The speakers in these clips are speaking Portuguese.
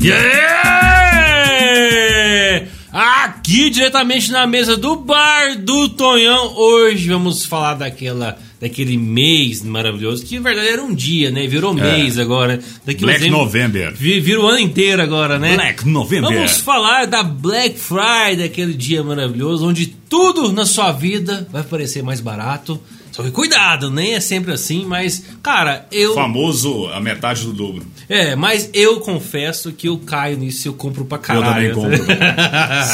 Yeah! Yeah! Aqui diretamente na mesa do bar do Tonhão, hoje vamos falar daquela daquele mês maravilhoso que na verdade era um dia, né? Virou mês agora. né? Daqui É. Black novembro- November. Vi- Vira o ano inteiro agora, né? Black November. Vamos falar da Black Friday, aquele dia maravilhoso onde tudo na sua vida vai parecer mais barato. Só que cuidado, nem é sempre assim, mas cara, eu O famoso a metade do dobro. é, mas eu confesso que eu caio nisso e eu compro pra caralho. Eu também compro.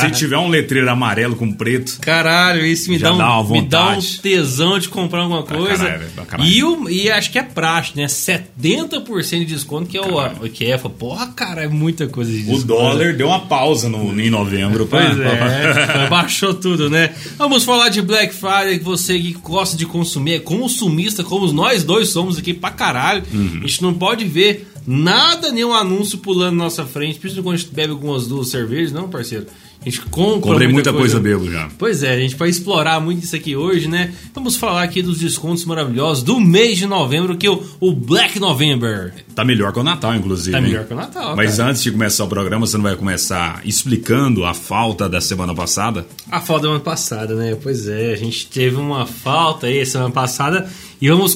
Se tiver um letreiro amarelo com preto, Caralho, isso me Já dá, um, dá uma me dá um vontade. tesão de comprar alguma coisa. caralho, pra caralho. E, o, e acho que é praxe, né? 70% de desconto que é o, que é. Porra, cara, é muita coisa de o desconto. dólar deu uma pausa no, em novembro. pra- Pois é, baixou tudo, né? Vamos falar de Black Friday, que você que gosta de consumir, é consumista, como nós dois somos aqui pra caralho. Uhum. A gente não pode ver nada, nenhum anúncio pulando na nossa frente, principalmente quando a gente bebe algumas duas cervejas, não, parceiro? A gente compra Comprei muita muita coisa bebo já. Pois é, a gente vai explorar muito isso aqui hoje, né? Vamos falar aqui dos descontos maravilhosos do mês de novembro, que é o, o Black November. Tá melhor que o Natal, inclusive. Tá hein? melhor que o Natal, Uhum. Mas cara. antes de começar o programa, você não vai começar explicando a falta da semana passada? A falta do ano passado, né? Pois é, a gente teve uma falta aí semana passada e vamos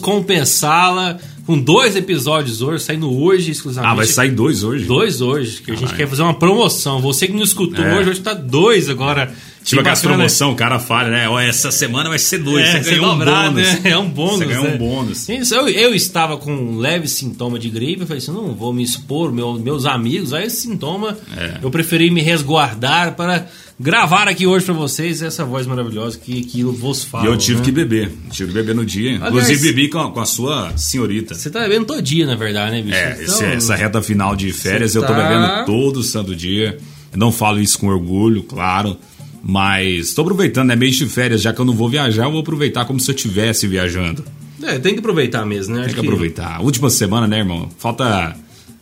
compensá-la com dois episódios hoje, saindo hoje exclusivamente. Ah, vai sair dois hoje. Dois hoje, que a gente Caralho. quer fazer uma promoção. Você que não escutou É. hoje, hoje tá dois agora. Tipo Que aquelas bacana. promoção, o cara fala, né? Ó, essa semana vai ser dois. né? É, você ganhou um dobrado, bônus. né? É um bônus. Você ganhou né? um bônus. Isso, eu, eu estava com um leve sintoma de gripe. Eu falei assim: não vou me expor, meu- meus amigos, a esse sintoma. É. Eu preferi me resguardar para gravar aqui hoje para vocês essa voz maravilhosa que, que eu vos falo. E eu tive né? que beber. Tive que beber no dia. Aliás- Inclusive, bebi com a, com a sua senhorita. Você tá bebendo todo dia, na verdade, né, bicho? É, Então, esse- essa reta final de férias Você eu tô tá- bebendo todo santo dia. Eu não falo isso com orgulho, claro. Mas tô aproveitando, é mês de férias, já que eu não vou viajar, eu vou aproveitar como se eu estivesse viajando. é, tem que aproveitar mesmo, né? Tem que aproveitar. Última semana, né, irmão? Falta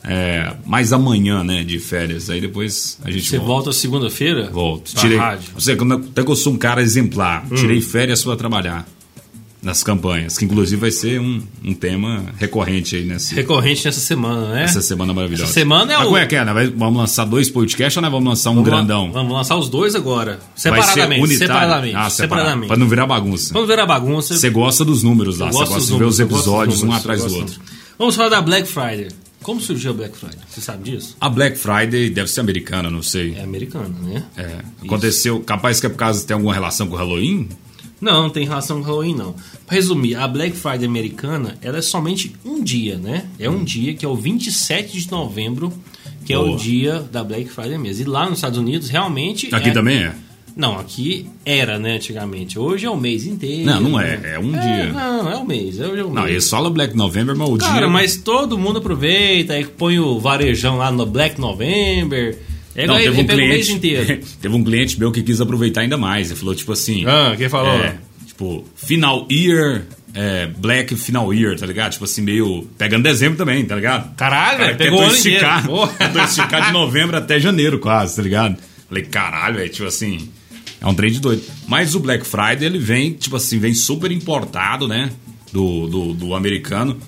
é, mais amanhã, né, de férias. Aí depois a gente Você volta. volta segunda-feira? Volto. Pra Tirei. rádio. Hum. Você, quando eu- até que eu sou um cara exemplar. Tirei férias pra trabalhar nas campanhas, que inclusive vai ser um, um tema recorrente aí nessa, Recorrente nessa semana, né? essa semana maravilhosa. Essa semana é Mas o- como é que é? Nós vai- Vamos lançar dois podcasts ou nós vamos lançar um Vamos lá- grandão? Vamos lançar os dois agora. Vai ser Separadamente. unitário? separadamente. Ah, separado, separadamente. Pra não virar bagunça. Vamos ver a bagunça. Você gosta dos números lá, Eu você gosto gosta dos de ver os números, eu gosto dos episódios um números, atrás eu do gosto outro. dos números. Vamos falar da Black Friday. Como surgiu a Black Friday? Você sabe disso? A Black Friday deve ser americana, não sei. É americano, né? É. Aconteceu, capaz que é por causa de ter alguma relação com o Halloween? Não, não tem relação com Halloween, não. Pra resumir, a Black Friday americana, ela é somente um dia, né? É um dia, que é o 27 de novembro, que é o Boa. dia da Black Friday mesmo. E lá nos Estados Unidos, realmente... Aqui é- também é? Não, aqui era, né, antigamente. Hoje é o mês inteiro. Não, não é. É um dia. Não, é o mês. Hoje é o Não, mês. eles falam Black November, mas o Cara, dia... mas todo mundo aproveita, aí põe o varejão lá no Black November. É Não, igual ele, teve um pega o mês cliente... inteiro. teve um cliente meu que quis aproveitar ainda mais. Ele falou, tipo assim... ah, quem falou? É, tipo, final year, é, black final year, tá ligado? Tipo assim, meio. Pegando dezembro também, tá ligado? Caralho, Cara, É, velho, pegou o tentou ano inteiro. esticar, Porra. tentou esticar de novembro até janeiro, quase, tá ligado? Falei, caralho, velho, tipo assim. É um trem de doido. Mas o Black Friday, ele vem, tipo assim, vem super importado, né? Do, do, do americano.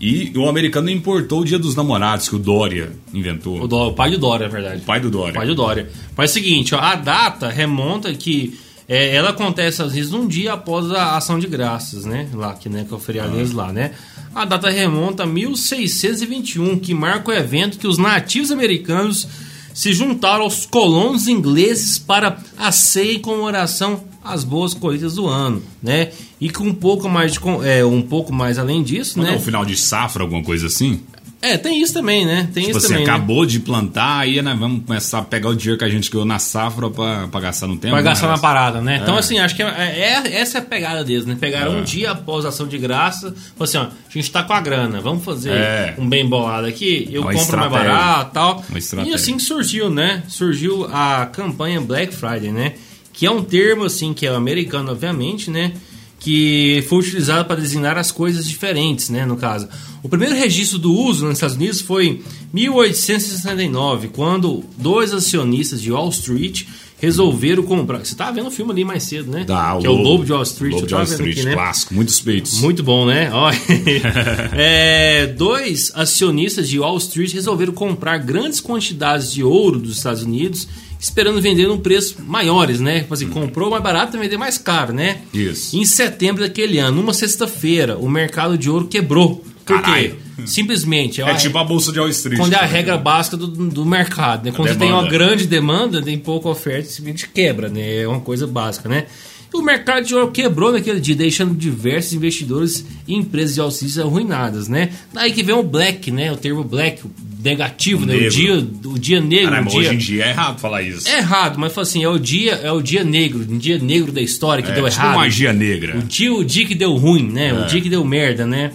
E o americano importou o Dia dos Namorados, que o Dória inventou. O, Dó- o pai do Dória, na verdade. O pai do Dória. O pai do Dória. Mas é o seguinte, ó, a data remonta que é, ela acontece às vezes um dia após a ação de graças, né? Lá que, né, que é o feriado deles lá, né? A data remonta a 1621, que marca o evento que os nativos americanos se juntaram aos colonos ingleses para a ceia em comemoração às boas colheitas do ano, né? E com um pouco mais de, con- é, um pouco mais além disso, Não é né? o final de safra, alguma coisa assim? É, tem isso também, né? Tem Tipo isso assim, também. né? acabou de plantar, aí né, vamos começar a pegar o dinheiro que a gente ganhou na safra pra, pra gastar no tempo. Vai gastar né? na parada, né? Então, assim, acho que é, é- essa é a pegada deles, né? Pegaram um dia após a ação de graça, falou assim, ó, a gente tá com a grana, vamos fazer É. um bem bolado aqui, eu Uma compro mais estratégia. barato tal. E Uma estratégia. assim que surgiu, né? Surgiu a campanha Black Friday, né? Que é um termo, assim, que é americano, obviamente, né? Que foi utilizado para designar as coisas diferentes, né? No caso. O primeiro registro do uso nos Estados Unidos foi em 1869, quando dois acionistas de Wall Street resolveram comprar. Você tá vendo o filme ali mais cedo, né? Tá, que é o Lobo de Wall Street. Lobo eu de Wall tava vendo Street, aqui, né? clássico, muitos peitos. Muito bom, né? Ó, é, dois acionistas de Wall Street resolveram comprar grandes quantidades de ouro dos Estados Unidos, esperando vender num preço maiores, né? Tipo Assim, comprou mais barato e vender mais caro, né? Hum. Isso. Em setembro daquele ano, numa sexta-feira, o mercado de ouro quebrou. Por quê? Caralho. Simplesmente. É tipo a bolsa de Wall Street. Quando é a cara. regra básica do, do mercado, né? Quando você tem né? demanda. uma grande demanda, tem pouca oferta, simplesmente quebra, né? É uma coisa básica, né? E o mercado de ouro quebrou naquele dia, deixando diversos investidores e empresas de auxílio arruinadas, né? Daí que vem o black, né? O termo black, o negativo, né? O negro. dia, o dia negro, Caramba, o dia... hoje em dia é errado falar isso. É errado, mas fala assim, é o dia, é o dia negro, o dia negro da história que deu tipo errado. magia negra. O dia, o dia que deu ruim, né? É. O dia que deu merda, né?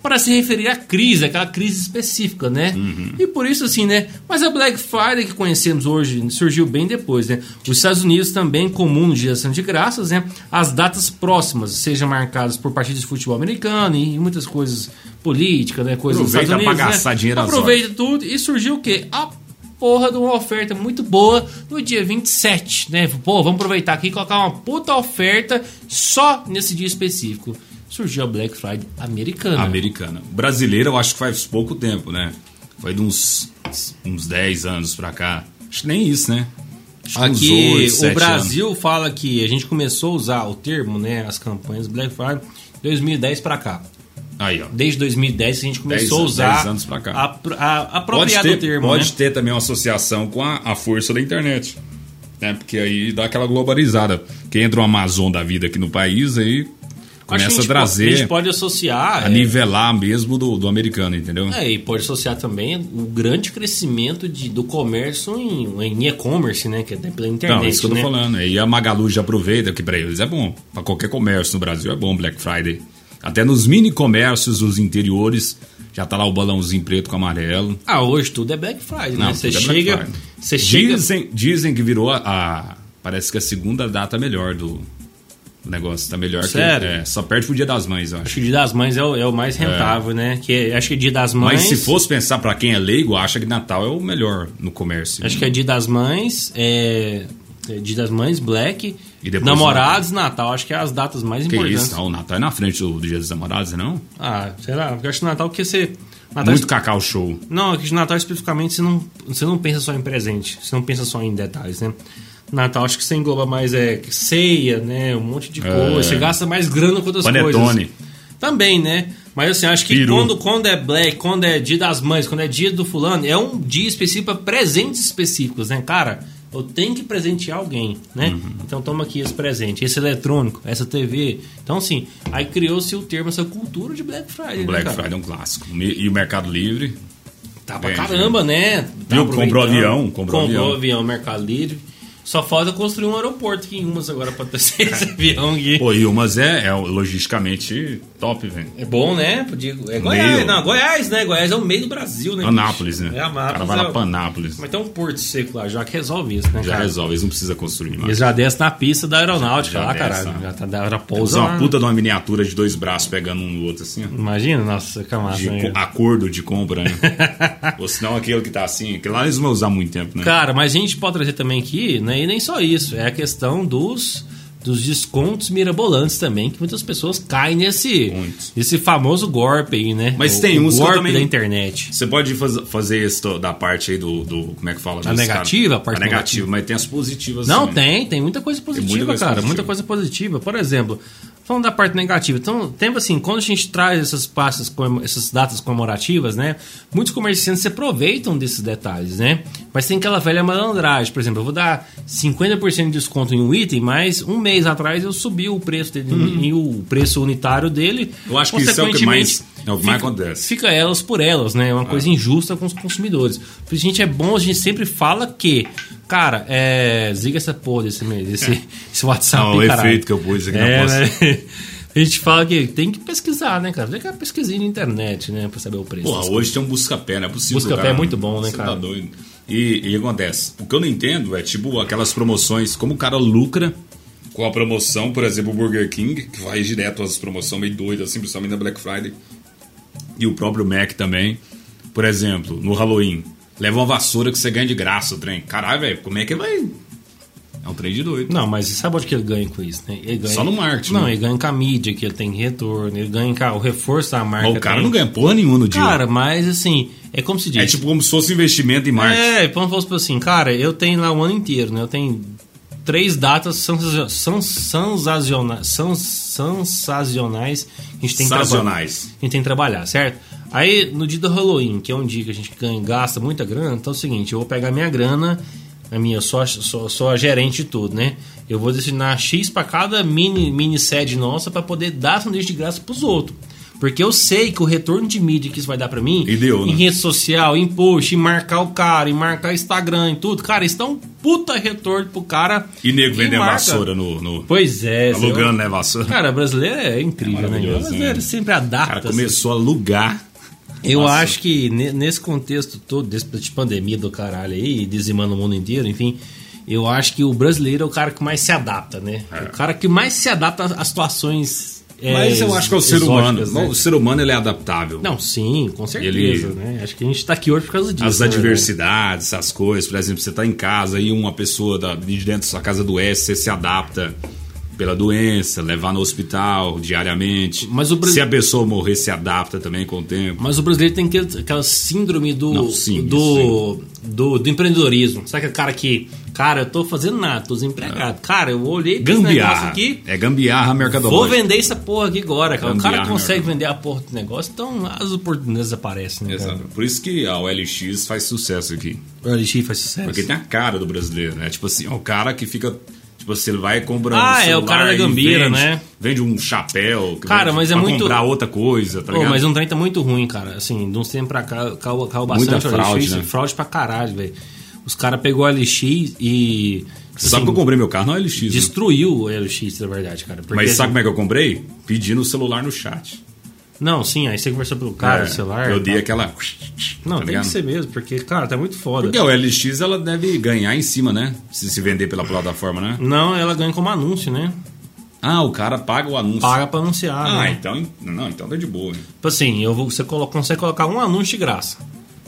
Para se referir à crise, aquela crise específica, né? Uhum. E por isso, assim, né? Mas a Black Friday que conhecemos hoje surgiu bem depois, né? Os Estados Unidos também é comum no Dia da Ação de Graças, né? As datas próximas, sejam marcadas por partidas de futebol americano e muitas coisas políticas, né? Coisas dos Aproveita Estados Unidos, pra gastar né? dinheiro às Aproveita tudo e surgiu o quê? A porra de uma oferta muito boa no dia 27, né? Pô, vamos aproveitar aqui e colocar uma puta oferta só nesse dia específico. Surgiu a Black Friday americana. Americana. Brasileira, eu acho que faz pouco tempo, né? Foi de uns, uns 10 anos pra cá. Acho que nem isso, né? Acho que uns Aqui oito, o sete Brasil fala que a gente começou a usar o termo, né, as campanhas Black Friday 2010 pra cá. anos. Aí, ó. Desde 2010 que a gente começou Dez- a usar dez anos pra cá. a, a, Pode apropriar ter, do termo, pode né? ter também uma associação com a, a força da internet. Né? Porque aí dá aquela globalizada. Que entra o Amazon da vida aqui no país, aí Acho que começa a, gente po- trazer, a gente pode associar a é, nivelar mesmo do, do americano, entendeu? É, e pode associar também o grande crescimento de, do comércio em, em e-commerce, né? Que é pela internet. Não, Então, isso que eu tô né? falando. E a Magalu já aproveita, que pra eles é bom. Pra qualquer comércio no Brasil é bom Black Friday. Até nos mini comércios, os interiores, já tá lá o balãozinho preto com amarelo. Ah, hoje tudo é Black Friday, né? Não, Você tudo é Black chega. Friday. Você chega. Dizem, dizem que virou a, a- Parece que a segunda data melhor do, do negócio. Tá melhor Sério? que. É, só perde pro Dia das Mães, eu acho. Acho que o Dia das Mães é o, é o mais rentável, né? Que é- acho que Dia das Mães. Mas se fosse pensar pra quem é leigo, acha que Natal é o melhor no comércio. Acho que é Dia das Mães, é. é Dia das Mães, Black. E depois namorados, Natal. Acho que é as datas mais que importantes. isso? Não, o Natal é na frente do, do Dia dos Namorados, não? Ah, sei lá. Porque eu acho que Natal porque você. Natal é Muito cacau show. Não, é que de Natal especificamente você não, você não pensa só em presente, você não pensa só em detalhes, né? Natal acho que você engloba mais é, ceia, né? Um monte de coisa. Você gasta mais grana com outras É. Panetone. coisas. Também, né? Mas assim, acho que Peru. quando, quando é Black, quando é dia das mães, quando é dia do fulano, é um dia específico para presentes específicos, né? Cara, eu tenho que presentear alguém, né? Uhum. Então toma aqui esse presente, esse eletrônico, essa TV. Então, assim, aí criou-se o termo, essa cultura de Black Friday. né, Black cara? Friday é um clássico. Me- E o Mercado Livre. Tá pra Entendi. caramba, né? Tá Viu? aproveitando. Comprou avião, comprou avião. Mercado Livre. Só falta construir um aeroporto aqui em umas agora pra ter seis avião aqui. Pô, e umas é, é logisticamente top, velho. É bom, né? Podia... É Goiás, Meio. não, Goiás, né? Goiás é o meio do Brasil, né? Anápolis, né? bicho? É o cara Anápolis. vai é lá o- pra Anápolis. Mas tem um porto seco lá, já que resolve isso, né, Já cara? resolve, eles não precisam construir mais. Eles já descem na pista da aeronáutica Já lá, desce, caralho. né? Já tá da Usa aeropousa uma lá. puta de uma miniatura de dois braços pegando um no outro, assim, ó. Imagina, nossa, que massa, De né? co- acordo de compra, né? Ou senão aquele que tá assim, aquele lá eles não vão usar muito tempo, né? Cara, mas a gente pode trazer também aqui, né? E nem só isso, é a questão dos dos descontos mirabolantes também, que muitas pessoas caem nesse Muitos. esse famoso golpe aí, né? Mas O- tem o uns que eu golpe também- da internet. Você pode faz- fazer isso do- da parte aí do, do- Como é que fala? A negativa, a a parte parte negativa, mas tem as positivas assim, né? Não, também. tem, tem muita coisa positiva, muita coisa cara, positiva. muita coisa positiva. Por exemplo, falando da parte negativa, então, tem assim, quando a gente traz essas pastas, comem- essas datas comemorativas, né? Muitos comerciantes se aproveitam desses detalhes, né? Mas tem aquela velha malandragem, por exemplo, eu vou dar 50% de desconto em um item, mas um mês atrás eu subi o preço dele e o preço unitário dele. Uhum. Eu acho que isso é o que mais- é o que mais fica- acontece. fica elas por elas, né? É Ah. uma coisa injusta com os consumidores. Por isso, gente, é bom, a gente sempre fala que, cara, é, ziga essa porra desse, desse esse WhatsApp, Ah, É. o caralho. efeito que eu pus aqui na é, posta. né? A gente fala que tem que pesquisar, né, cara? Tem que pesquisar na internet, né? Pra saber o preço. Pô, hoje tem um busca-pé, não é possível. Busca-pé cara. é muito bom, né, Você cara? Tá doido. E, e acontece. O que eu não entendo é, tipo, aquelas promoções, como o cara lucra com a promoção, por exemplo, o Burger King, que vai direto às promoções meio doidas, assim, principalmente na Black Friday. E o próprio Mac também. Por exemplo, no Halloween, leva uma vassoura que você ganha de graça o trem. Caralho, velho, como é que vai. É É um trem de doido. Não, mas sabe onde que ele ganha com isso, né? Ele ganha, Só no marketing, Não, né? ele ganha com a mídia, que ele tem retorno, ele ganha com a- o reforço da marca. Mas o cara também. não ganha porra nenhuma no dia. é Cara, mas assim, é como se diz. é tipo como se fosse investimento em marketing. É, e quando fosse assim, cara, eu tenho lá o ano inteiro, né? Eu tenho três datas sensa- sen- sensaciona- sen- sensacionais que a gente tem que trabalhar. Sazonais. A gente tem que trabalhar, certo? Aí, no dia do Halloween, que é um dia que a gente ganha, gasta muita grana, então é o seguinte, eu vou pegar minha grana, a minha, eu sou a, sou, sou a gerente de tudo, né? Eu vou destinar X pra cada mini, mini sede nossa pra poder dar sanduíche de graça pros outros. Porque eu sei que o retorno de mídia que isso vai dar pra mim, E deu, em né? rede social, em post, em marcar o cara, em marcar Instagram e tudo, cara, isso dá um puta retorno pro cara. E nego que vendendo marca. vassoura no. no- Pois é, alugando, seu- né, vassoura? Cara, brasileiro é incrível, É né? maravilhoso, Brasileiro né? sempre adapta. O cara começou a alugar. Eu Nossa. acho que ne- nesse contexto todo, desse de pandemia do caralho aí, dizimando o mundo inteiro, enfim, eu acho que o brasileiro é o cara que mais se adapta, né? É. O cara que mais se adapta às situações. é, Mas eu acho que é o ser exóticas, humano. né? O ser humano ele é adaptável. Não, sim, com certeza, Ele- né? Acho que a gente tá aqui hoje por causa disso. As na verdade. adversidades, essas coisas. Por exemplo, você tá em casa e uma pessoa da- de dentro da sua casa doece, você se adapta pela doença, levar no hospital diariamente. Mas o Brasil- Se a pessoa morrer, se adapta também com o tempo. Mas o brasileiro tem aquele- aquela síndrome do, Não, sim, do, do, do empreendedorismo. Sabe aquele cara que, cara, eu tô fazendo nada, tô desempregado. Cara, eu olhei pra esse negócio É. Gambiarra. aqui, É gambiarra Vou mercadológica. vender essa porra aqui agora, cara. O cara Gambiarra, consegue né? vender a porra do negócio, então as oportunidades aparecem, né? Exato. Cara? Por isso que a OLX faz sucesso aqui. O LX faz sucesso. Porque tem tá a cara do brasileiro, né? Tipo assim, é o cara que fica. Tipo assim, ele vai comprando. Ah, é, o cara da gambira, vende, né? Vende um chapéu. que Cara, vende mas é pra muito- comprar outra coisa, tá Pô, ligado? mas um trem tá muito ruim, cara. Assim, de uns tempos pra cá, caiu, caiu bastante Muita o LX. fraude, né? Fraude pra caralho, velho. Os caras pegou o LX e. Você sabe assim, que eu comprei meu carro na OLX. né? Destruiu o LX, na verdade, cara. Porque Mas sabe assim- como é que eu comprei? Pedindo o celular no chat. Não, sim, aí você conversou pelo cara, É, o celular. Eu dei tá. aquela. Não, tá tem ligado? que ser mesmo, porque, cara, tá muito foda. Porque a OLX ela deve ganhar em cima, né? Se se vender pela plataforma, né? Não, ela ganha como anúncio, né? Ah, o cara paga o anúncio. Paga pra anunciar. Ah, né? então. Não, então tá de boa. hein? Tipo assim, eu vou, você colo- consegue colocar um anúncio de graça.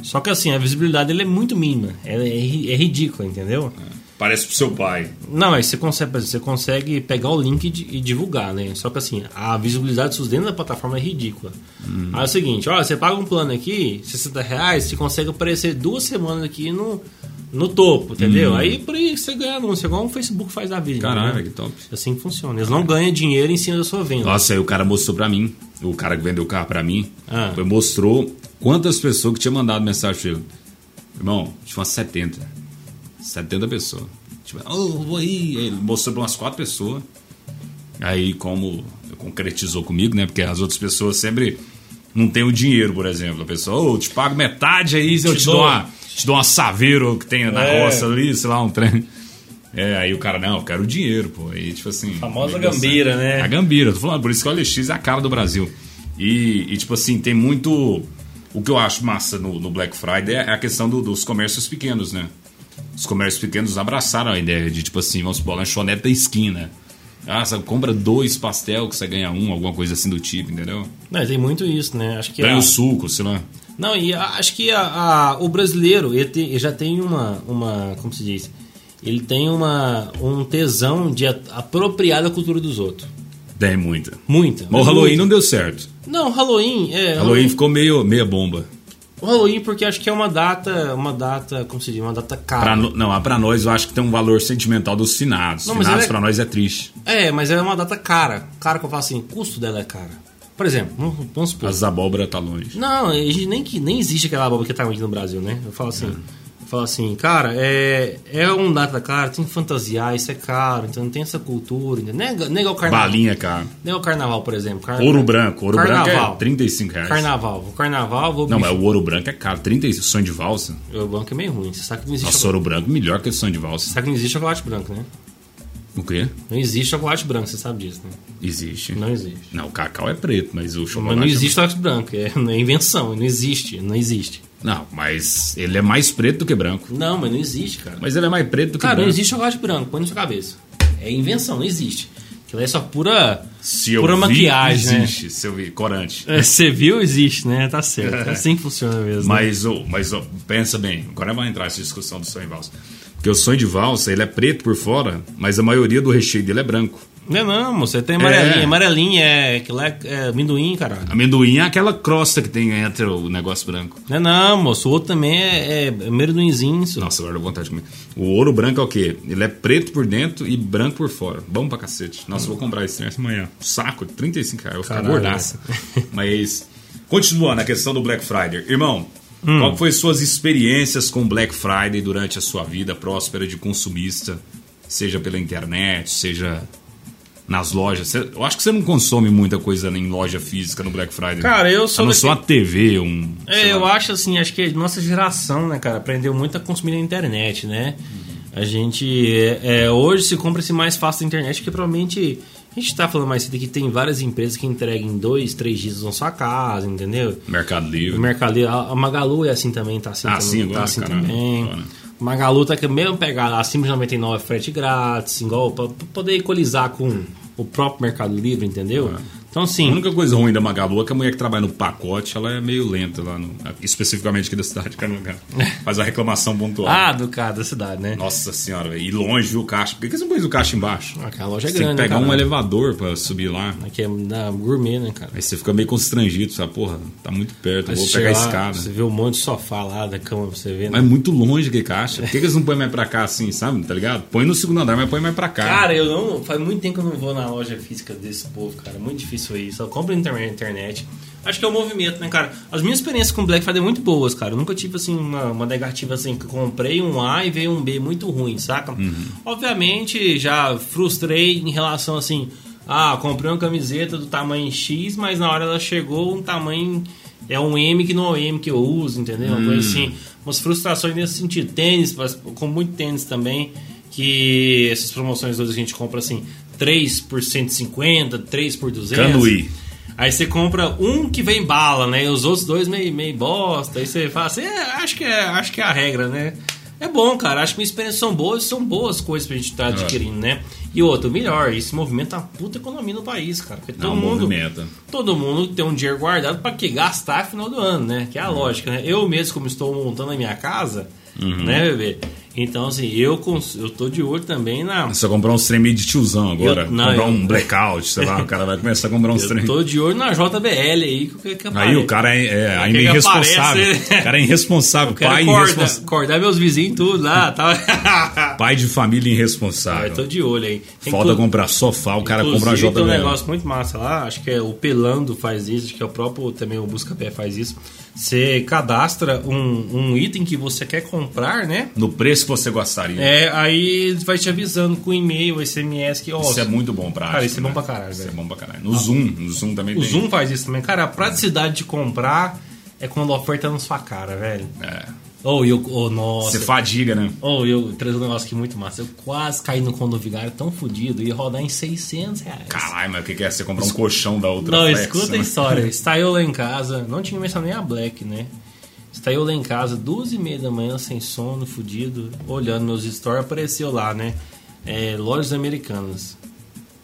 Só que assim, a visibilidade dele é muito mínima. Ela é, ri- é ridícula, entendeu? Parece pro seu pai. Não, aí você consegue, por exemplo, você consegue pegar o link e di- e divulgar, né? Só que assim, a visibilidade disso dentro da plataforma é ridícula. Aí é o seguinte, olha, você paga um plano aqui, 60 reais, você consegue aparecer duas semanas aqui no, no topo, entendeu? Aí por aí você ganha anúncio, igual o Facebook faz na vida. Caralho, né? que top. Assim que funciona. Eles não ganham dinheiro em cima da sua venda. Nossa, aí o cara mostrou pra mim, o cara que vendeu o carro pra mim, Ah. foi- mostrou quantas pessoas que tinha mandado mensagem pra ele. Irmão, tinha umas 70. 70 pessoas. Tipo, oh, vou aí. Aí Ele mostrou pra umas quatro pessoas. Aí, como concretizou comigo, né? Porque as outras pessoas sempre não têm o dinheiro, por exemplo. A pessoa, ô, eu te pago metade aí, eu Te te, dou dou. uma, te dou uma saveiro que tem na É. roça ali, sei lá, um trem. É, aí o cara, não, eu quero dinheiro, pô. Aí, tipo assim. Famosa meio gambira, dançante. né? A gambira, tô falando, por isso que o OLX é a cara do Brasil. E, e, tipo assim, tem muito. O que eu acho massa no, no Black Friday é a questão do- dos comércios pequenos, né? Os comércios pequenos abraçaram a ideia de, tipo assim, vamos supor, lanchonete da esquina. Ah, você compra dois pastel que você ganha um, alguma coisa assim do tipo, entendeu? Não, tem muito isso, né? Acho que Ganha a- o suco, sei lá. Não, e a- acho que a- a- o brasileiro ele tem- ele já tem uma, uma. Como se diz? Ele tem uma, um tesão de a- apropriar da cultura dos outros. Tem muita. Muita. Mas o Halloween não deu certo. Não, Halloween. É, Halloween ficou meio meia bomba. O Halloween, porque acho que é uma data. Uma data. Como se diz? Uma data cara. Pra, no- não, ah, pra nós eu acho que tem um valor sentimental dos finados. Não, mas finados ele é- pra nós é triste. É, mas é uma data cara. Cara que eu falo assim, o custo dela é cara. Por exemplo, vamos, vamos supor. As abóbora tá longe. Não, a gente nem, que, nem existe aquela abóbora que tá aqui no Brasil, né? Eu falo assim, eu falo assim, cara, é, é um data cara, tem que fantasiar, isso é caro, então não tem essa cultura, entendeu? nega, nega o carnaval. Balinha, cara. Nega o carnaval, por exemplo. Carna- Ouro branco. Ouro branco Carnaval. é 35 reais. Carnaval. Vou carnaval, vou Não, mas o ouro branco é caro. 35. Sonho de valsa. O banco é meio ruim. Você sabe que não existe, Nossa, chocolate, ouro branco é melhor que sonho de valsa. sabe que não existe chocolate branco, né? O quê? Não existe chocolate branco, você sabe disso, né? Existe. Não, Não existe. o cacau é preto, mas o chocolate. Mas não é- existe chocolate branco, é, é invenção, não existe, não existe. Não, mas ele é mais preto do que branco. Não, mas não existe, cara. Mas ele é mais preto do que Cara, não branco. existe chocolate branco, põe na sua cabeça. É invenção, não existe. Que lá é só pura, Se eu pura vi, maquiagem. né? existe. Se eu vi, corante. É, Você viu, existe, né? Tá certo. É assim que funciona mesmo. né? Mas, ô, mas ô, pensa bem, agora vai entrar essa discussão do sonho de valsa. Porque o sonho de valsa, ele é preto por fora, mas a maioria do recheio dele é branco. Não, é não, você tem amarelinha. Amarelinha é que lá é, é amendoim, caralho. Amendoim é aquela crosta que tem entre o negócio branco. Não, é não, moço. O outro também é, é amendoinzinho. senhor. Nossa, agora deu vontade de comer. O ouro branco é o quê? Ele é preto por dentro e branco por fora. Bom pra cacete. Nossa, eu vou comprar esse essa manhã. Saco, 35 reais. Eu vou ficar Caralho. gordaça. Mas, é continuando a questão do Black Friday. Irmão, Hum. qual foi suas experiências com Black Friday durante a sua vida próspera de consumista? Seja pela internet, seja nas lojas. Cê- Eu acho que você não consome muita coisa em loja física no Black Friday. Cara, eu A sou não daqui- ser uma TV, um... sei É, eu lá. acho assim, acho que a nossa geração, né, cara, aprendeu muito a consumir na internet, né? A gente. é, é, hoje se compra-se mais fácil na internet, porque provavelmente. A gente tá falando mais cedo que tem várias empresas que entregam em dois, três dias na sua casa, entendeu? Mercado O Livre. Mercado Livre, a a Magalu é assim também, tá assim Ah, também. sim, agora, tá assim caralho, também. agora. Magalu tá com a mesma pegada, acima de 99 é frete grátis, igual pra pra poder equalizar com o próprio Mercado Livre, entendeu? É. Então, A assim, única coisa ruim da Magalu é que a mulher que trabalha no pacote, ela é meio lenta lá, no, especificamente aqui da cidade de Canangá. Faz a reclamação pontual. ah, do cara da cidade, né? Nossa senhora, velho. e longe viu, o caixa. Por que que você não pôs o caixa embaixo? Aquela loja é Você tem que grande, né, pegar um cara? elevador pra subir lá. né? Aqui é da gourmet, né, cara? Aí você fica meio constrangido, sabe? Porra, tá muito perto, eu Aí vou você pegar a chega lá, escada. Você vê um monte de sofá lá da cama pra você ver, né? Mas é muito longe que caixa. Por que, que eles não põem mais pra cá assim, sabe? Tá ligado? Põe no segundo andar, mas põe mais pra cá. Cara, é eu não. Faz muito tempo que eu não vou na loja física desse povo, cara. Muito difícil ir. Só compro na internet- internet. Acho que é o movimento, né, cara? As minhas experiências com Black Friday muito boas, cara. Eu nunca tive, assim, uma, uma negativa, assim, que eu comprei um A e veio um B muito ruim, saca? Obviamente, já frustrei em relação, assim, ah, comprei uma camiseta do tamanho X, mas na hora ela chegou um tamanho. É um M que não é o M que eu uso, entendeu? Uma coisa assim. Umas frustrações nesse sentido. Tênis, mas com muito tênis também que essas promoções hoje a gente compra assim 3 por 150, 3 por 200. Canuí. Aí você compra um que vem bala, né? E os outros dois meio, meio bosta. Aí você fala assim, é, acho, que é, acho que é a regra, né? É bom, cara. Acho que minhas experiências são boas são boas coisas pra gente estar adquirindo, né? E outro, melhor, isso movimenta a puta economia no país, cara. Porque Não, todo mundo. movimenta. Todo mundo tem um dinheiro guardado para que gastar final do ano, né? Que é a Uhum. lógica, né? Eu mesmo, como estou montando a minha casa, Uhum. né, bebê? Então, assim, eu, cons- eu tô de olho também na. Você comprar uns trem meio de tiozão agora. Eu- não, comprar eu- um blackout, sei lá. O cara vai começar a comprar uns trem. Eu tô de olho na JBL aí, que, que, que Aí aparece. o cara é, é ainda Aquele irresponsável. aparece, né? O cara é irresponsável. Quero Pai, acordar, irresponsável. acordar meus vizinhos tudo lá, tá? Pai de família eu tô irresponsável. de olho aí. Tem Falta clu- comprar sofá, o cara compra uma É, então, Inclusive, tem um JBL. negócio muito massa lá, acho que é o Pelando faz isso, acho que é o próprio também o Buscapé faz isso. Você cadastra um, um item que você quer comprar, né? No preço que você gostaria. É, aí vai te avisando com e-mail, SMS, que ó, Isso é muito bom pra Cara, arte, isso é bom né? pra caralho, Isso é velho. bom pra caralho. No Zoom, no Zoom também Ah. o tem. Zoom faz isso também. Cara, a praticidade de comprar é quando a oferta tá na sua cara, velho. É. Ou eu, oh, Você nossa. fadiga, né? Ou eu traz um negócio aqui muito massa. Eu quase caí no condovigário tão fodido, ia rodar em 600 reais. Caralho, mas o que que é? Você comprar um colchão da outra Não, flex, escuta a né? história. Está eu lá em casa, não tinha mencionado nem a Black, né? Está eu lá em casa, duas e meia da manhã, sem sono, fudido, olhando meus stories, apareceu lá, né? É, lojas americanas.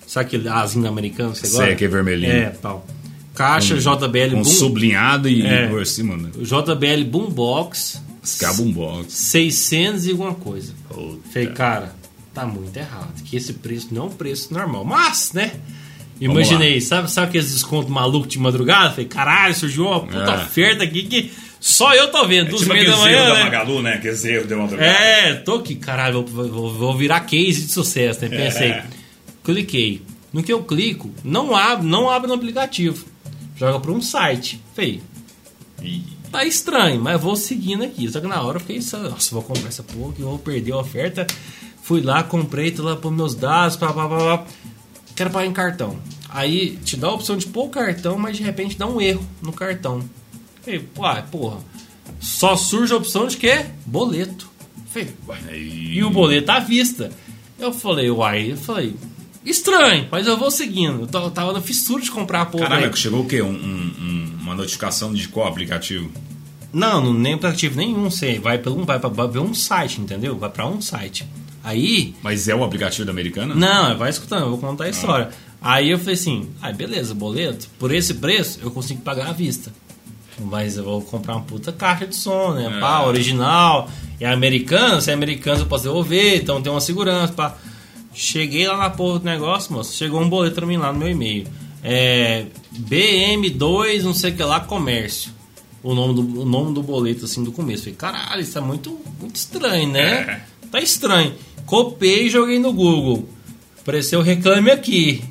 Sabe aquele azinho da americana que você Sei, gosta? que é vermelhinho. Um- É, pau. Caixa JBL Com Boom, sublinhado e É. por cima, né? JBL Boombox, Escaba um box. 600 e alguma coisa. Puta. Falei, cara, tá muito errado. Que esse preço não é um preço normal. Mas, né? Vamos Imaginei, sabe, sabe aqueles descontos malucos de madrugada? Falei, caralho, surgiu uma puta É. oferta aqui que só eu tô vendo, dos tipo meia da aqueles erros manhã, da né? Magalu, né? Aqueles erros de madrugada. É, tô aqui, caralho, vou, vou- vou virar case de sucesso, né? Pensei. É. Cliquei. No que eu clico, não abre, não abre no aplicativo. Joga pra um site. Falei, Ih, Tá estranho, mas vou seguindo aqui. Só que na hora eu fiquei só, nossa, vou comprar essa porra que eu vou perder a oferta. Fui lá, comprei, tô lá pôr meus dados, pá, pá, pá, pá. Quero pagar em cartão. Aí te dá a opção de pôr o cartão, mas de repente dá um erro no cartão. Falei, uai, porra. Só surge a opção de quê? Boleto. Falei, uai, aí. e o boleto à vista. Eu falei, uai, eu falei, estranho, mas eu vou seguindo. Eu tava- tava na fissura de comprar a porra. é. Caralho, Falei, chegou o quê? Um- um- um- uma notificação de qual aplicativo? Não, não nem aplicativo nenhum. Você vai pelo vai para um site, entendeu? Vai pra um site. Aí. Mas é o aplicativo da Americana? Não, vai escutando, eu vou contar a história. Aí eu falei assim: ah, beleza, boleto, por esse preço eu consigo pagar à vista. Mas eu vou comprar uma puta caixa de som, né? É. Pá, original. É americano, se é americano eu posso devolver, então tem uma segurança, pá. Cheguei lá na porra do negócio, moço. Chegou um boleto pra mim lá no meu e-mail. É. BM2, não sei o que lá, comércio. O nome do, o nome do boleto, assim, do começo. Falei, caralho, isso é muito, muito estranho, né? Tá estranho. Copiei e joguei no Google. Apareceu Reclame Aqui.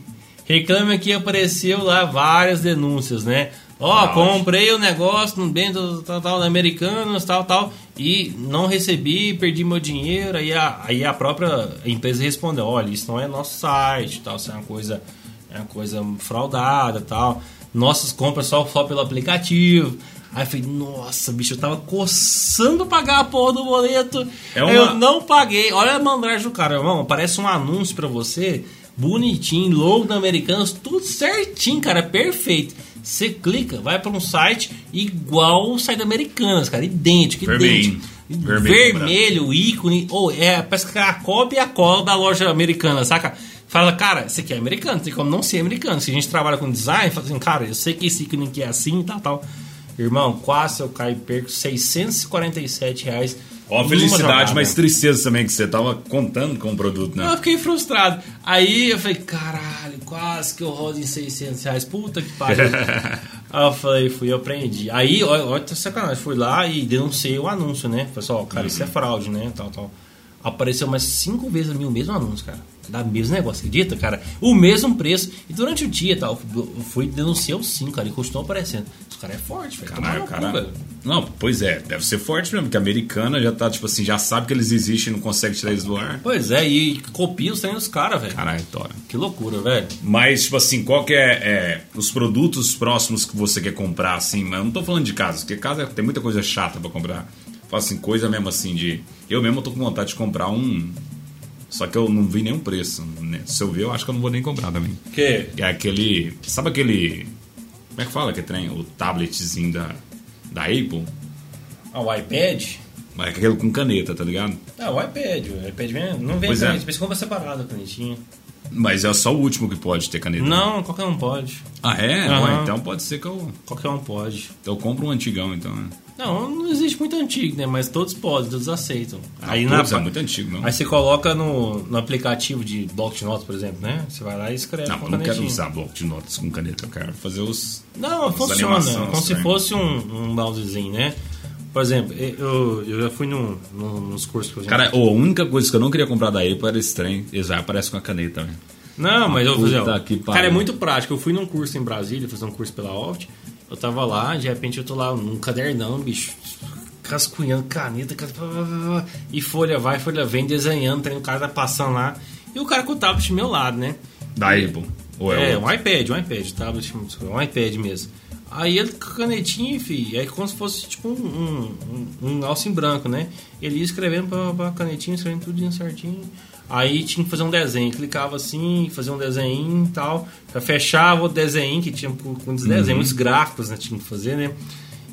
Reclame Aqui apareceu lá várias denúncias, né? Ó, Nossa. comprei o negócio no bem do tal, tal, da Americanas, tal, tal, e não recebi, perdi meu dinheiro. Aí a, aí a própria empresa respondeu: olha, isso não é nosso site, tal, isso é uma coisa, é uma coisa fraudada, tal. Nossas compras só, só pelo aplicativo. Aí eu falei, nossa, bicho, eu tava coçando pagar a porra do boleto. É uma- Eu não paguei. Olha a mandragem do cara, irmão. Aparece um anúncio pra você, bonitinho, logo da Americanas, tudo certinho, cara, perfeito. Você clica, vai pra um site igual o site da Americanas, cara, idêntico, Vermelhinho. idêntico. Vermelho, Vermelho, ícone, ou é, parece que é a cópia e a cola da loja americana, saca? Fala, cara, isso aqui é americano, tem como não ser americano. Se a gente trabalha com design, fala assim, cara, eu sei que esse ícone aqui é assim e tal, tal. Irmão, quase eu caio e perco 647 reais. Ó, numa felicidade, jogada. mas tristeza também, que você tava contando com o produto, Eu né? fiquei frustrado. Aí eu falei, caralho, quase que eu rodo em 600 reais. Puta que pariu. Aí eu falei, fui, eu aprendi. Aí, olha, olha que sacanagem. Fui lá e denunciei o anúncio, né? Pessoal, cara, Uhum. isso é fraude, né? Tal, tal. Apareceu mais cinco vezes a mim o mesmo anúncio, cara. Da mesmo negócio, acredita, cara? O mesmo preço. E durante o dia, tal, eu fui denunciar os cinco, cara, e continuou aparecendo. Os caras é forte, velho. Tomar Caralho, no cu, caralho. velho. Não, pois é, deve ser forte mesmo, que a americana já tá, tipo assim, já sabe que eles existem e não consegue tirar eles do ar. Pois é, e copia os treinos dos caras, velho. Caralho, Tora. Que loucura, velho. Mas, tipo assim, qual que é, é, os produtos próximos que você quer comprar, assim, mas eu não tô falando de casa, porque casa tem muita coisa chata pra comprar. Fala assim, coisa mesmo assim de. Eu mesmo tô com vontade de comprar um. Só que eu não vi nenhum preço. né? Se eu ver, eu acho que eu não vou nem comprar também. Que? É aquele. Sabe aquele. Como é que fala que trem? O tabletzinho da, da Apple? Ah, o iPad? Mas é aquele com caneta, tá ligado? Ah, o iPad. O iPad vem, não vem Pois com é. caneta, você compra separado a canetinha. Mas é só o último que pode ter caneta. Não, qualquer um pode. Ah, é? Aham. Ué, então pode ser que eu. Qualquer um pode. Eu compro um antigão, então. Né? Não, não existe muito antigo, né? Mas todos podem, todos aceitam. Aí, Putz, na, é muito antigo, não. aí você coloca no, no aplicativo de bloco de notas, por exemplo, né? Você vai lá e escreve Não, com eu não quero canetinha. usar bloco de notas com caneta, eu quero fazer os. Não, As funciona. animações, Como se né? fosse um, um mousezinho, né? Por exemplo, eu, eu já fui num, num, nos cursos que eu já Cara, ô, a única coisa que eu não queria comprar da Apple era esse trem. Eles já aparecem com a caneta, né? Não, mas eu Puta fazer. ó, que Cara, é pariu. muito prático. Eu fui num curso em Brasília, fazer um curso pela Oft. Eu tava lá, de repente eu tô lá num cadernão, bicho, cascunhando caneta, cas- pá, pá, pá, pá, e folha vai, folha vem, desenhando, tem o cara tá passando lá. E o cara com o tablet do meu lado, né? Da Apple. Ou é, É, outro? um iPad, um iPad, tablet, um iPad mesmo. Aí ele com a canetinha, fi, aí como se fosse tipo um, um, um, um alce em branco, né? Ele ia escrevendo pra, pra canetinha, escrevendo tudo certinho. Aí tinha que fazer um desenho, clicava assim, fazia um desenho e tal. Já fechava o desenho, que tinha com com uns Uhum. desenhos, muitos gráficos, né? Tinha que fazer, né?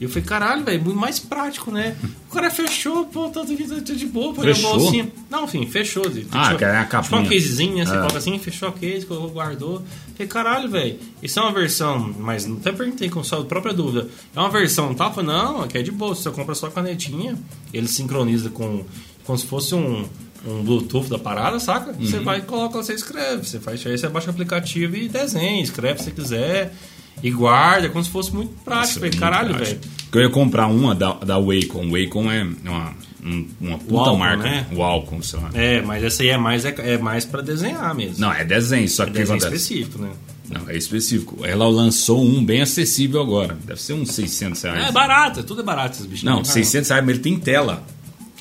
E eu falei, caralho, velho, muito mais prático, né? O cara fechou, pô, tá tudo tá tudo de boa, pôr a Fechou? bolsinha. Não, enfim, fechou. Ah, Tipo- que é a Tipo uma capinha. casezinha, né? Você É. coloca assim, fechou a case, colocou, guardou. Falei, caralho, velho, isso é uma versão, mas não até perguntei com sua própria dúvida. É uma versão tal? Eu Falei, não, aqui é de boa, você compra só a canetinha, ele sincroniza com como se fosse um, um Bluetooth da parada, Uhum. saca? Você vai e coloca, você escreve, você faz isso aí, você baixa o aplicativo e desenha, escreve se você quiser. E guarda, como se fosse muito prático. Falei, Muito caralho, prático. velho. Porque Eu ia comprar uma da, da Wacom. Wacom é uma, um- uma puta Wacom, marca. né? Wacom, sei lá. É, mas essa aí é mais, é, é mais pra desenhar mesmo. Não, é desenho, só é que o que desenho acontece? específico, né? Não, é específico. Ela lançou um bem acessível agora. Deve ser uns 600 reais. É barato, tudo é barato esses bichos. Não, 600 reais, mas ele tem tela.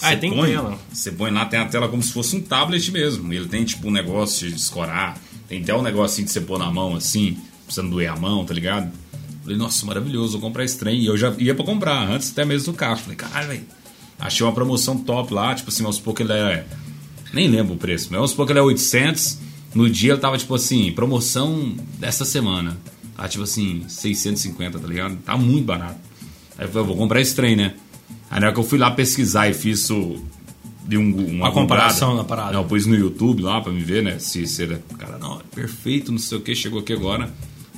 Ah, Você tem põe- tela. Você põe lá, tem a tela como se fosse um tablet mesmo. Ele tem tipo um negócio de escorar. Tem até um negocinho de você pôr na mão assim, pra você não doer a mão, tá ligado? Falei, nossa, maravilhoso, vou comprar esse trem. E eu já ia pra comprar, antes até mesmo do carro. Falei, caralho, velho. Achei uma promoção top lá, tipo assim, vamos supor que ele é. Nem lembro o preço, mas vamos supor que ele é 800. No dia ele tava tipo assim, promoção dessa semana. Tá tipo assim, 650, tá ligado? Tá muito barato. Aí eu falei, eu vou comprar esse trem, né? Aí na hora que eu fui lá pesquisar e fiz o, de um, uma A comparação da parada. Né, Eu pus no YouTube lá pra me ver, né? Se, se era. Cara, não, é perfeito, não sei o que, chegou aqui agora.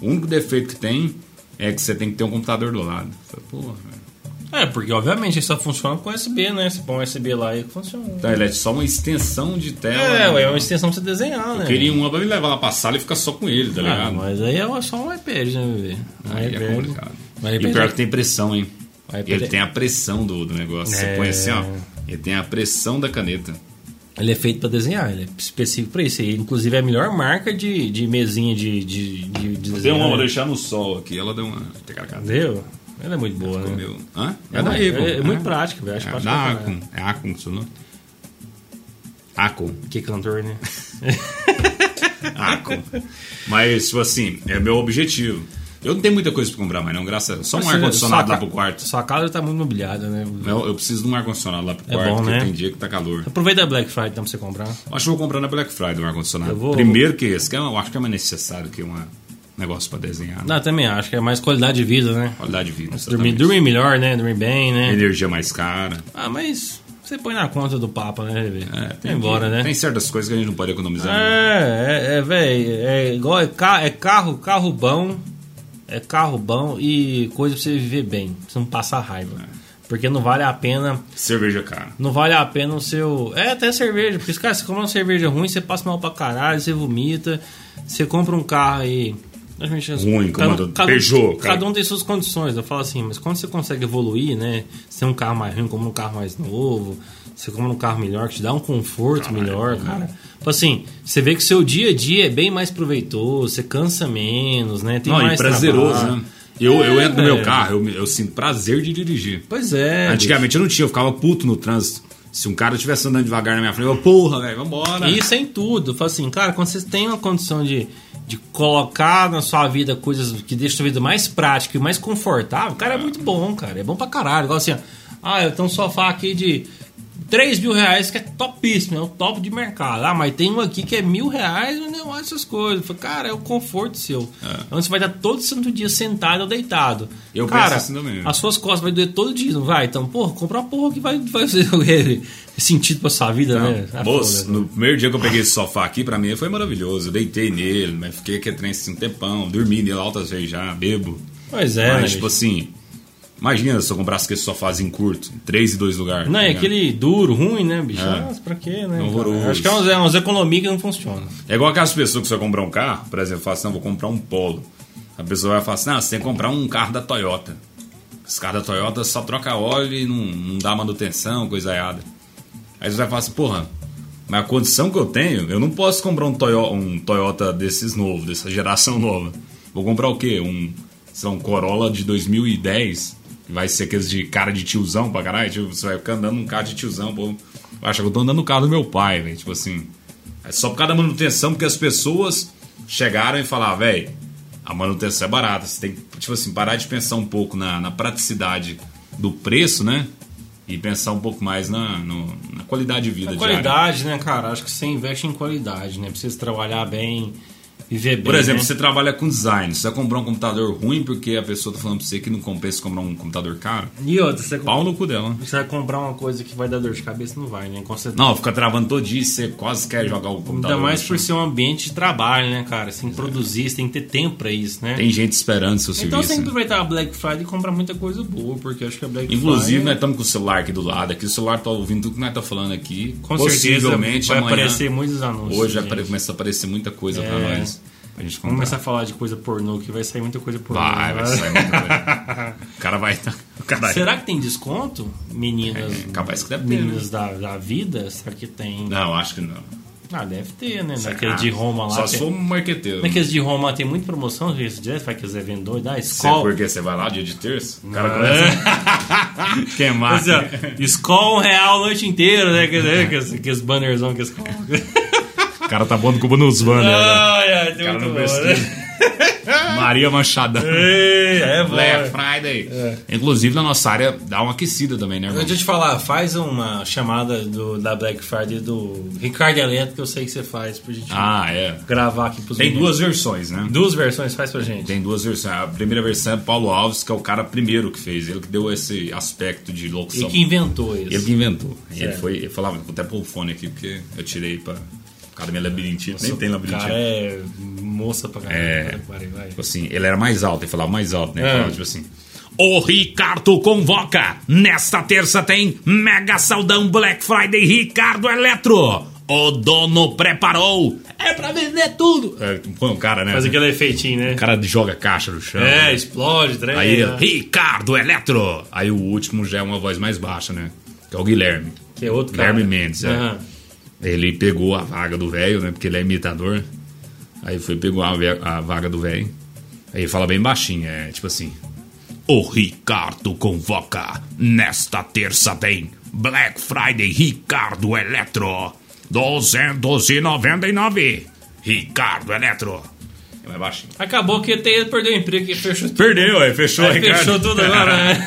O único defeito que tem é que você tem que ter um computador do lado. Eu falei, Porra, velho. É, porque obviamente isso só funciona com USB, né? Você põe um USB lá e funciona. Então, ele é só uma extensão de tela. É, né? ué, é uma extensão pra você desenhar, né? Queria uma pra me levar lá pra sala e ficar só com ele, tá Ah, ligado? mas aí é só um iPad, né, bebê? Um Aí é iPad. complicado. Um E iPad. pior é que tem pressão, hein? Um iPad. Ele tem a pressão do, do negócio. Você É. põe assim, ó. Ele tem a pressão da caneta. Ele é feito pra desenhar, ele é específico pra isso. E, inclusive é a melhor marca de, de mesinha de, de, de, de né? Deu desenhar. uma, vou deixar no sol aqui. Ela deu uma. Deu? Ela é muito boa, né? Meu. Hã? É, uma- daí, é- pô. é muito prática, velho. Acho É prática da pra caralho. Acon. É Acon que seu nome? Acon. Que cantor, né? Acon. Mas, tipo assim, é meu objetivo. Eu não tenho muita coisa pra comprar, mas não, graças a Deus. Só um Nossa, ar-condicionado sua lá ca- pro quarto. Sua casa tá muito mobiliada, né? Eu, eu preciso de um ar-condicionado lá pro É quarto, bom, porque né? tem dia que tá calor. Aproveita a Black Friday então pra você comprar. Eu acho que eu vou comprar na Black Friday um ar-condicionado. Eu vou- Primeiro que esse, que eu acho que é mais necessário que um negócio pra desenhar. né? Não, eu também acho que é mais qualidade de vida, né? Qualidade de vida. Dormir, exatamente. dormir melhor, né? Dormir bem, né? Energia mais cara. Ah, mas você põe na conta do Papa, né, bebê? É, Vai embora, né? Tem certas coisas que a gente não pode economizar. né? É, é, é velho, é igual é, ca- é carro, carro bom, é carro bom e coisa pra você viver bem, pra você não passar raiva. É. Porque não vale a pena, Cerveja cara. não vale a pena o seu. É até cerveja, porque cara, você compra uma cerveja ruim, você passa mal pra caralho, você vomita, você compra um carro aí. Ruim, como a do Peugeot, cara. um- cada um tem suas condições. Eu falo assim, mas quando você consegue evoluir, né? Você tem um carro mais ruim, como um carro mais novo, você compra um carro melhor, que te dá um conforto melhor, cara. Tipo assim, você vê que o seu dia a dia é bem mais proveitoso, você cansa menos, né? Tem Não, e mais prazeroso, trabalho. né? Eu, eu É, entro no meu velho. carro, eu, me- eu sinto prazer de dirigir. Pois é. Antigamente eu não tinha, eu ficava puto no trânsito. Se um cara estivesse andando devagar na minha frente, eu, porra, velho, vambora. E isso é em tudo. Fala assim, cara, quando você tem uma condição de, de colocar na sua vida coisas que deixam sua vida mais prática e mais confortável, cara, é muito bom, cara. É bom pra caralho. Igual assim, ó, ah, eu tenho um sofá aqui de 3 mil reais que é topíssimo, é o top de mercado. Ah, mas tem um aqui que é mil reais e não essas coisas. Eu falo, Cara, é o conforto seu. Então você vai estar todo santo dia sentado ou deitado. É. Eu penso cara, assim também. a as suas costas vai doer todo dia, não vai? Então, porra, compra uma porra que vai, vai fazer sentido pra sua vida, né? Ah, Moço, foda. no primeiro dia que eu peguei esse sofá aqui, pra mim foi maravilhoso. Eu deitei nele, mas fiquei aqui trem assim um tempão, dormi nele altas vezes já, bebo. Pois é, né, mas, tipo bicho? assim, imagina se eu comprasse aquele sofazinho curto, três e dois lugares. Não, tá é ligado? aquele duro, ruim, né, bicho? É. Nossa, pra quê, né? É horroroso. cara? Acho que é umas, é umas economias que não funcionam. É igual aquelas pessoas que você vai comprar um carro, por exemplo, fala assim, não, vou comprar um Polo. A pessoa vai falar assim, não, você tem que comprar um carro da Toyota. Esse carro da Toyota só troca óleo e não, não dá manutenção, coisa aiada. Aí você vai falar assim, porra, mas a condição que eu tenho, eu não posso comprar um, Toyo- um Toyota desses novos, dessa geração nova. Vou comprar o quê? Um, sei lá, um Corolla de 2010, que vai ser aqueles de cara de tiozão pra caralho. Tipo, você vai ficar andando num carro de tiozão, pô. Acha que eu tô andando no carro do meu pai, velho. Tipo assim, é só por causa da manutenção, porque as pessoas chegaram e falaram, velho, a manutenção é barata. Você tem que, tipo assim, parar de pensar um pouco na, na praticidade do preço, né? E pensar um pouco mais na, no- na qualidade de vida A diária. qualidade, né, cara? Acho que você investe em qualidade, né? Precisa trabalhar bem, viver bem. Por exemplo, né? você trabalha com design, você vai comprar um computador ruim porque a pessoa tá falando pra você que não compensa comprar um computador caro. E outra, você, com- Pau no cu dela. você vai comprar uma coisa que vai dar dor de cabeça, não vai, né? Quando você- Não, fica travando todo dia e você quase quer jogar o computador. Ainda mais no por chão. ser um ambiente de trabalho, né, cara? Você tem que produzir, você tem que ter tempo pra isso, né? é. Tem gente esperando seu então você tem serviço. que né? aproveitar a Black Friday e comprar muita coisa boa, porque acho que a Black Friday... Inclusive, né, nós estamos com o celular aqui do lado. Aqui o celular tá ouvindo tudo que nós tá falando aqui. Com Possivelmente certeza vai amanhã, aparecer muitos anúncios. Hoje vai gente. apare- começar a aparecer muita coisa pra É. nós. Pra gente Vamos comprar. começar a falar de coisa pornô, que vai sair muita coisa pornô. Tá. Vai, vai sair muita coisa. O cara vai. tá, O cara vai- Será que tem desconto? Meninas. É, capaz que deve ter, né? Meninas da, da vida? Será que tem? Não, acho que não. Ah, deve ter, né? Será? Naqueles de Roma lá. é- Só tem... sou um marqueteiro. Naqueles de Roma lá tem muita promoção, gente. Jeff, vai que eles é vendedor, dá Cê, escola. porque você vai lá dia de terça? O cara Ah. começa a queimar. Escola um real a noite inteira, né? Quer dizer, aqueles, aqueles bannerzão que eles colocam. O cara tá bom no cubo nos banners. Ai, ai, tem cara muito não bom, né? pesquisa. Maria Manchadão. Ei, é, Black vai. Friday. Inclusive, na nossa área dá uma aquecida também, né, irmão? Deixa eu te falar, faz uma chamada do, da Black Friday do Ricardo Eletro, que eu sei que você faz, pra gente Ah, é. gravar aqui pros Tem meninos. duas versões, né? Duas versões, faz pra gente. Tem duas versões. A primeira versão é Paulo Alves, que é o cara primeiro que fez. Ele que deu esse aspecto de Ele locução. que inventou isso. Ele que inventou. Ele Certo. foi, ele falava, vou até pôr o fone aqui, porque eu tirei pra. Por causa da minha labirintite. Nem tem O labirintite. cara é moça pra caramba. É. Vai, vai. Tipo assim, ele era mais alto, ele falava mais alto, né? Ele É. Falava, tipo assim. O Ricardo convoca! Nesta terça tem Mega Saldão Black Friday Ricardo Eletro! O dono preparou! É pra vender tudo! É, põe um cara, né? Faz aquele efeitinho, né? O cara joga caixa no chão. É, explode, trem. é. Aí, ele, Ricardo Eletro! Aí o último já é uma voz mais baixa, né? Que é o Guilherme. Que é outro cara. Guilherme Mendes, é. Aham. Ele pegou a vaga do velho, né? Porque ele é imitador. Aí foi pegou a, ve- a vaga do velho. Aí ele fala bem baixinho, é tipo assim: O Ricardo convoca. Nesta terça tem Black Friday Ricardo Eletro. 299. Ricardo Eletro. É mais baixinho. Acabou que até ele perdeu o emprego, que fechou tudo. Perdeu, aí fechou, Aí fechou tudo agora, né?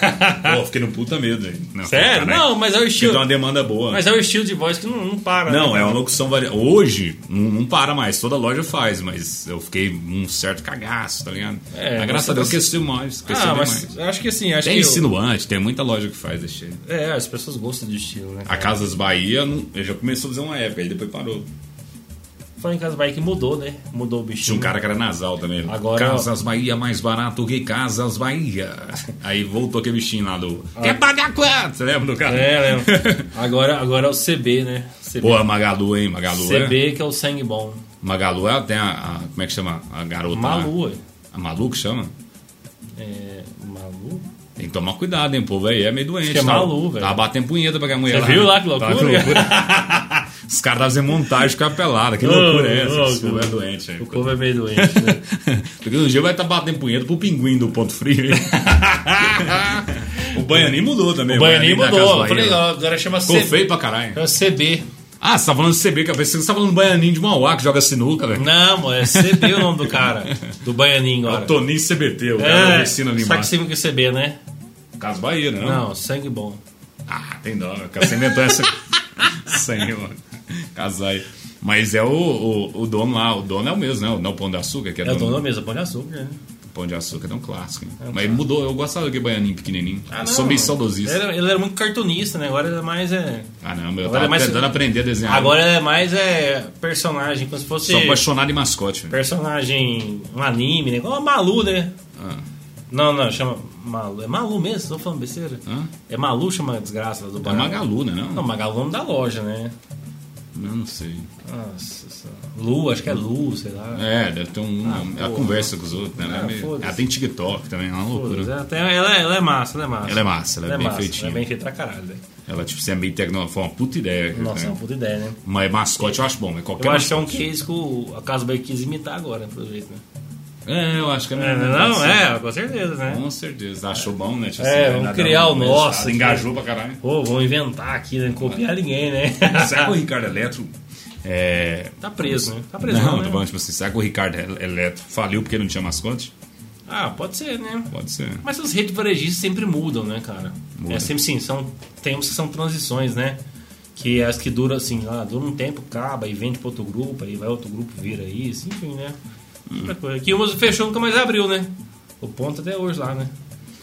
Pô, fiquei no puta medo, hein? Não, Sério? caralho. Não, mas é o Porque estilo. tem uma demanda boa. Mas é o estilo de voz que não, não para. né? Não, é uma locução variada. Hoje, não, não para mais. Toda loja faz, mas eu fiquei um certo cagaço, tá ligado? É, mas graças você- a Deus, esqueci mais. Esqueci Ah, demais. mas acho que assim, acho Tem que. insinuante, tem muita loja que faz esse cheiro. eu- É, as pessoas gostam de estilo, né? A Casas Bahia não, já começou a fazer uma época, aí depois parou. Falar em Casa Bahia que mudou, né? Mudou o bichinho. Tinha um cara que era nasal também. Agora- Casas Bahia mais barato que Casas Bahia. Aí voltou aquele bichinho lá do. Quer pagar quanto? Você lembra do cara? É, lembro. agora, agora é o CB, né? CB, Pô, Magalu, hein? Magalu. É? CB que é o sangue bom. Magalu é, tem a, a- Como é que chama? A garota. lá. Malu, é. A Malu que chama? É, Malu? Tem que tomar cuidado, hein? O povo aí é meio doente. Acho que é tá? maluco, velho. Tá batendo punheta pra que a mulher Você lá. viu né? lá que loucura? Tá, Os caras fazem montagem, ficar pelada. Que loucura é essa? ô, Esse povo é cara. doente, hein? O povo é meio doente, né? Porque um dia vai estar batendo punheta pro pinguim do ponto frio. hein? o Baianinho mudou também. O Baianinho tá da Casa mudou. Eu Bahia. falei, ó, agora chama Ficou CB. feio pra caralho. É o CB. Ah, você tá falando do CB, que eu pensei que você tá falando do Baianinho de Mauá, que joga sinuca, velho. Não, mano, é CB o nome do cara. Do Baianinho É o agora. Toninho CBT, o cara da oficina ali É. sabe que embaixo. cima que é CB, né? Casa Bahia, né? Não, sangue bom. Ah, tem dó, o cara você inventou essa. Senhor, casai. Mas é o, o, o dono lá, o dono é o mesmo, né? O não Pão de Açúcar, que é, É o dono da mesa, pão de açúcar, né? do Pão de Açúcar, é um clássico. hein? Mas ele mudou, eu gostava daquele baianinho pequenininho. Ah, eu não. sou meio saudosista. Ele, era- ele era muito cartunista, né? Agora ele é mais é. Caramba, eu Agora tava é mais- tentando aprender a desenhar. Agora ele é mais é personagem, como se fosse Sou apaixonado em mascote. velho. personagem, um anime, né? Igual a Malu, né? Ah, Não, não, chama Malu. É Malu mesmo, tô falando besteira. Hã? É Malu chama desgraça do é Bahia. Magalu, né? Não, Não, Magalu é o nome da loja, né? não, não sei. Nossa, senhora. Lu, acho que é Lu, sei lá. É, deve ter um, ela Ah, porra. conversa com os outros, né? Ela, é Ah, meio- foda-se. ela tem TikTok também, é uma loucura. Todas, Até ela, ela é massa, ela é massa. Ela é massa, ela é, bem massa, feitinha. Ela é bem feita pra caralho, velho. Ela, tipo, você é meio tecnológica, foi uma puta ideia. Nossa, é né? uma puta ideia, né? Mas mascote eu acho bom, mas qualquer Eu acho que é um mascote. case que o- a Casa Bahia quis imitar agora, pelo jeito, né? É, eu acho que é É, mesmo, não, assim. é, com certeza, né? Com certeza, achou bom, né? Tipo É, assim, vamos nada criar o mais, nosso nada, aqui. Engajou pra caralho. Pô, vão inventar aqui, né? Copiar ninguém, né? Será que o Ricardo Eletro. É. tá preso, né? Tá preso, Não, né? tô falando, tipo assim, será que o Ricardo Eletro faliu porque não tinha mascote? Ah, pode ser, né? Pode ser. Mas as redes varejistas sempre mudam, né, cara? Muda. É sempre sim, são tempos que são transições, né? Que as que duram assim, ah, dura um tempo, acaba e vende pra outro grupo, aí vai outro grupo, vira isso, enfim, né? Hum. Outra coisa. Que uma fechou nunca mais abriu, né? O ponto até hoje lá, né?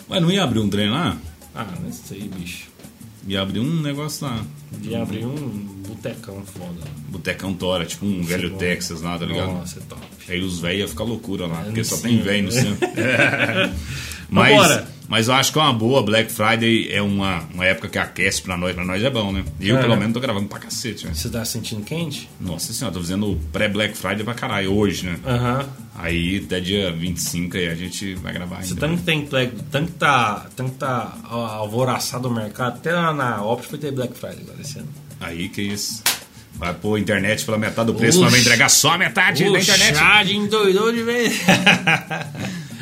Mas não ia abrir um trem lá? Ah, não sei, bicho. Ia abrir um negócio lá. De abrir um botecão foda. Botecão Tora, tipo um velho Texas lá, tá ligado? Nossa, é top. Aí os velhos iam ficar loucura lá, porque no só centro, tem velho no centro. mas, Vambora. mas eu acho que é uma boa. Black Friday é uma, uma época que aquece pra nós. Pra nós é bom, né? Eu, É. pelo menos, tô gravando pra cacete, né? Você tá sentindo quente? Nossa senhora, tô fazendo pré-Black Friday pra caralho hoje, né? Aham. Aí até dia 25 aí a gente vai gravar ainda. Você tá- tanto que tem Black, tanto que tá, tanto que tá ó, alvoraçado o mercado, até lá na Ops foi ter Black Friday agora esse ano. Aí que isso. Vai pôr internet pela metade do preço, mas Oxe. vai entregar só a metade da O internet. chá de endoidou de vez.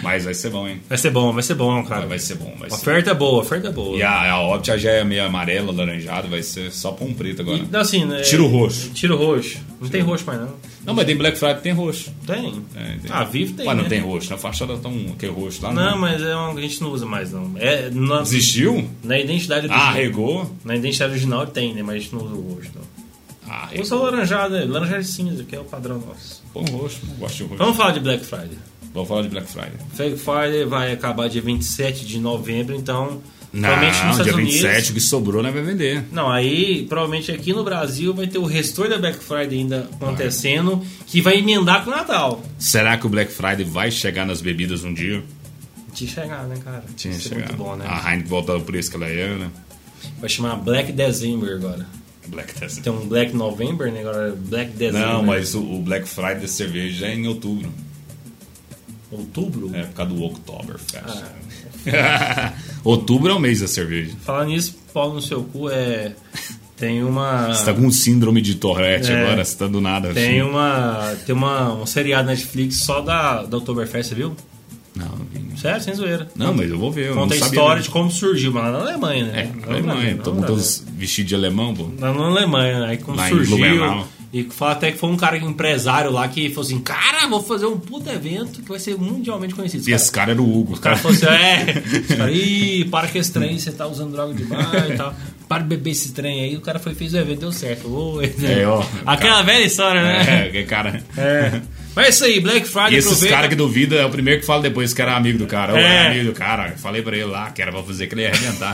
Mas vai ser bom, hein? Vai ser bom, vai ser bom, cara. Vai, vai ser bom, vai ser oferta é boa, oferta é boa. E a, a Optia já é meio amarela, laranjada, vai ser só pão preto agora. E, assim, né, Tira o roxo. Tira o roxo. Não tem roxo mais, não. Não, mas tem Black Friday, tem roxo. Tem. É, tem. Ah, vivo tem. Mas não né? tem roxo, na fachada tá um que é roxo lá. Não, mas é uma que a gente não usa mais, não. É, na, Existiu? na identidade original. Ah, arregou? na identidade original tem, né? Mas a gente não usa o roxo, não. Ah, Usa o laranjado, né? Laranjado e cinza, que é o padrão nosso. Põe o roxo, um não gosto de roxo. Vamos falar de Black Friday. Vamos falar de Black Friday. Black Friday vai acabar dia 27 de novembro, então. Não, provavelmente nos dia Estados 27 Unidos. o que sobrou não vai vender. Não, aí provavelmente aqui no Brasil vai ter o restor da Black Friday ainda acontecendo, que vai emendar com o Natal. Será que o Black Friday vai chegar nas bebidas um dia? Tinha que chegar, né, cara? Tinha Isso é chegado. Ah. muito bom, né? A Heineken voltando pro preço que ela é, né? Vai chamar Black December agora. Black Test. Tem um Black November, né? Agora é Black December. Não, mas o, o Black Friday da cerveja é em outubro. Outubro? É por causa do Oktoberfest. Ah. outubro é o mês da cerveja. Falar nisso, pau no seu cu é. Tem uma. Você tá com um síndrome de Tourette É. agora, você tá do nada. Tem assim. uma. Tem uma, um seriado na Netflix só da, da Oktoberfest, você viu? assim? Não, Vini. Sério, sem zoeira. não, mas eu vou ver. eu Conta não a sabia, história não. de como surgiu, mas lá na Alemanha, né? É, Lá na Alemanha. lá Todo na mundo todos vestidos de alemão, pô. Lá na Alemanha, né? aí como Lá em surgiu. Blumenau. E fala até que foi um cara empresário lá que falou assim: Cara, vou fazer um puta evento que vai ser mundialmente conhecido. E Cara, esse cara era o Hugo. O cara falou assim: É, os cara, Ih, para com esse trem, você tá usando droga demais e tal. Para de beber esse trem aí. O cara foi fez o evento, deu certo. Oi, né? É, ó. Aquela velha história, né? É, que cara. É. Mas é isso aí, Black Friday E esses aproveita. caras que duvidam é o primeiro que fala depois que era amigo do cara. Ô, É. era amigo do cara. Falei pra ele lá que era pra fazer que ele ia arrebentar.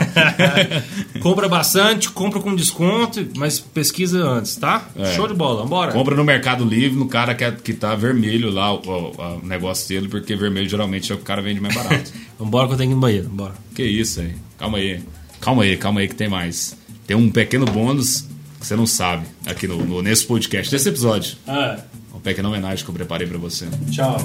Compra bastante, compra com desconto, mas pesquisa antes, tá? É. Show de bola, vambora. Compra no Mercado Livre, no cara que, que tá vermelho lá, o, o- o negócio dele, porque vermelho geralmente é o que o cara vende mais barato. Vambora que eu tenho que ir no banheiro, vambora. que isso aí. Calma aí. Calma aí, calma aí que tem mais. Tem um pequeno bônus que você não sabe aqui no, no- nesse podcast, nesse episódio. Ah, é Uma pequena homenagem que eu preparei pra você. tchau.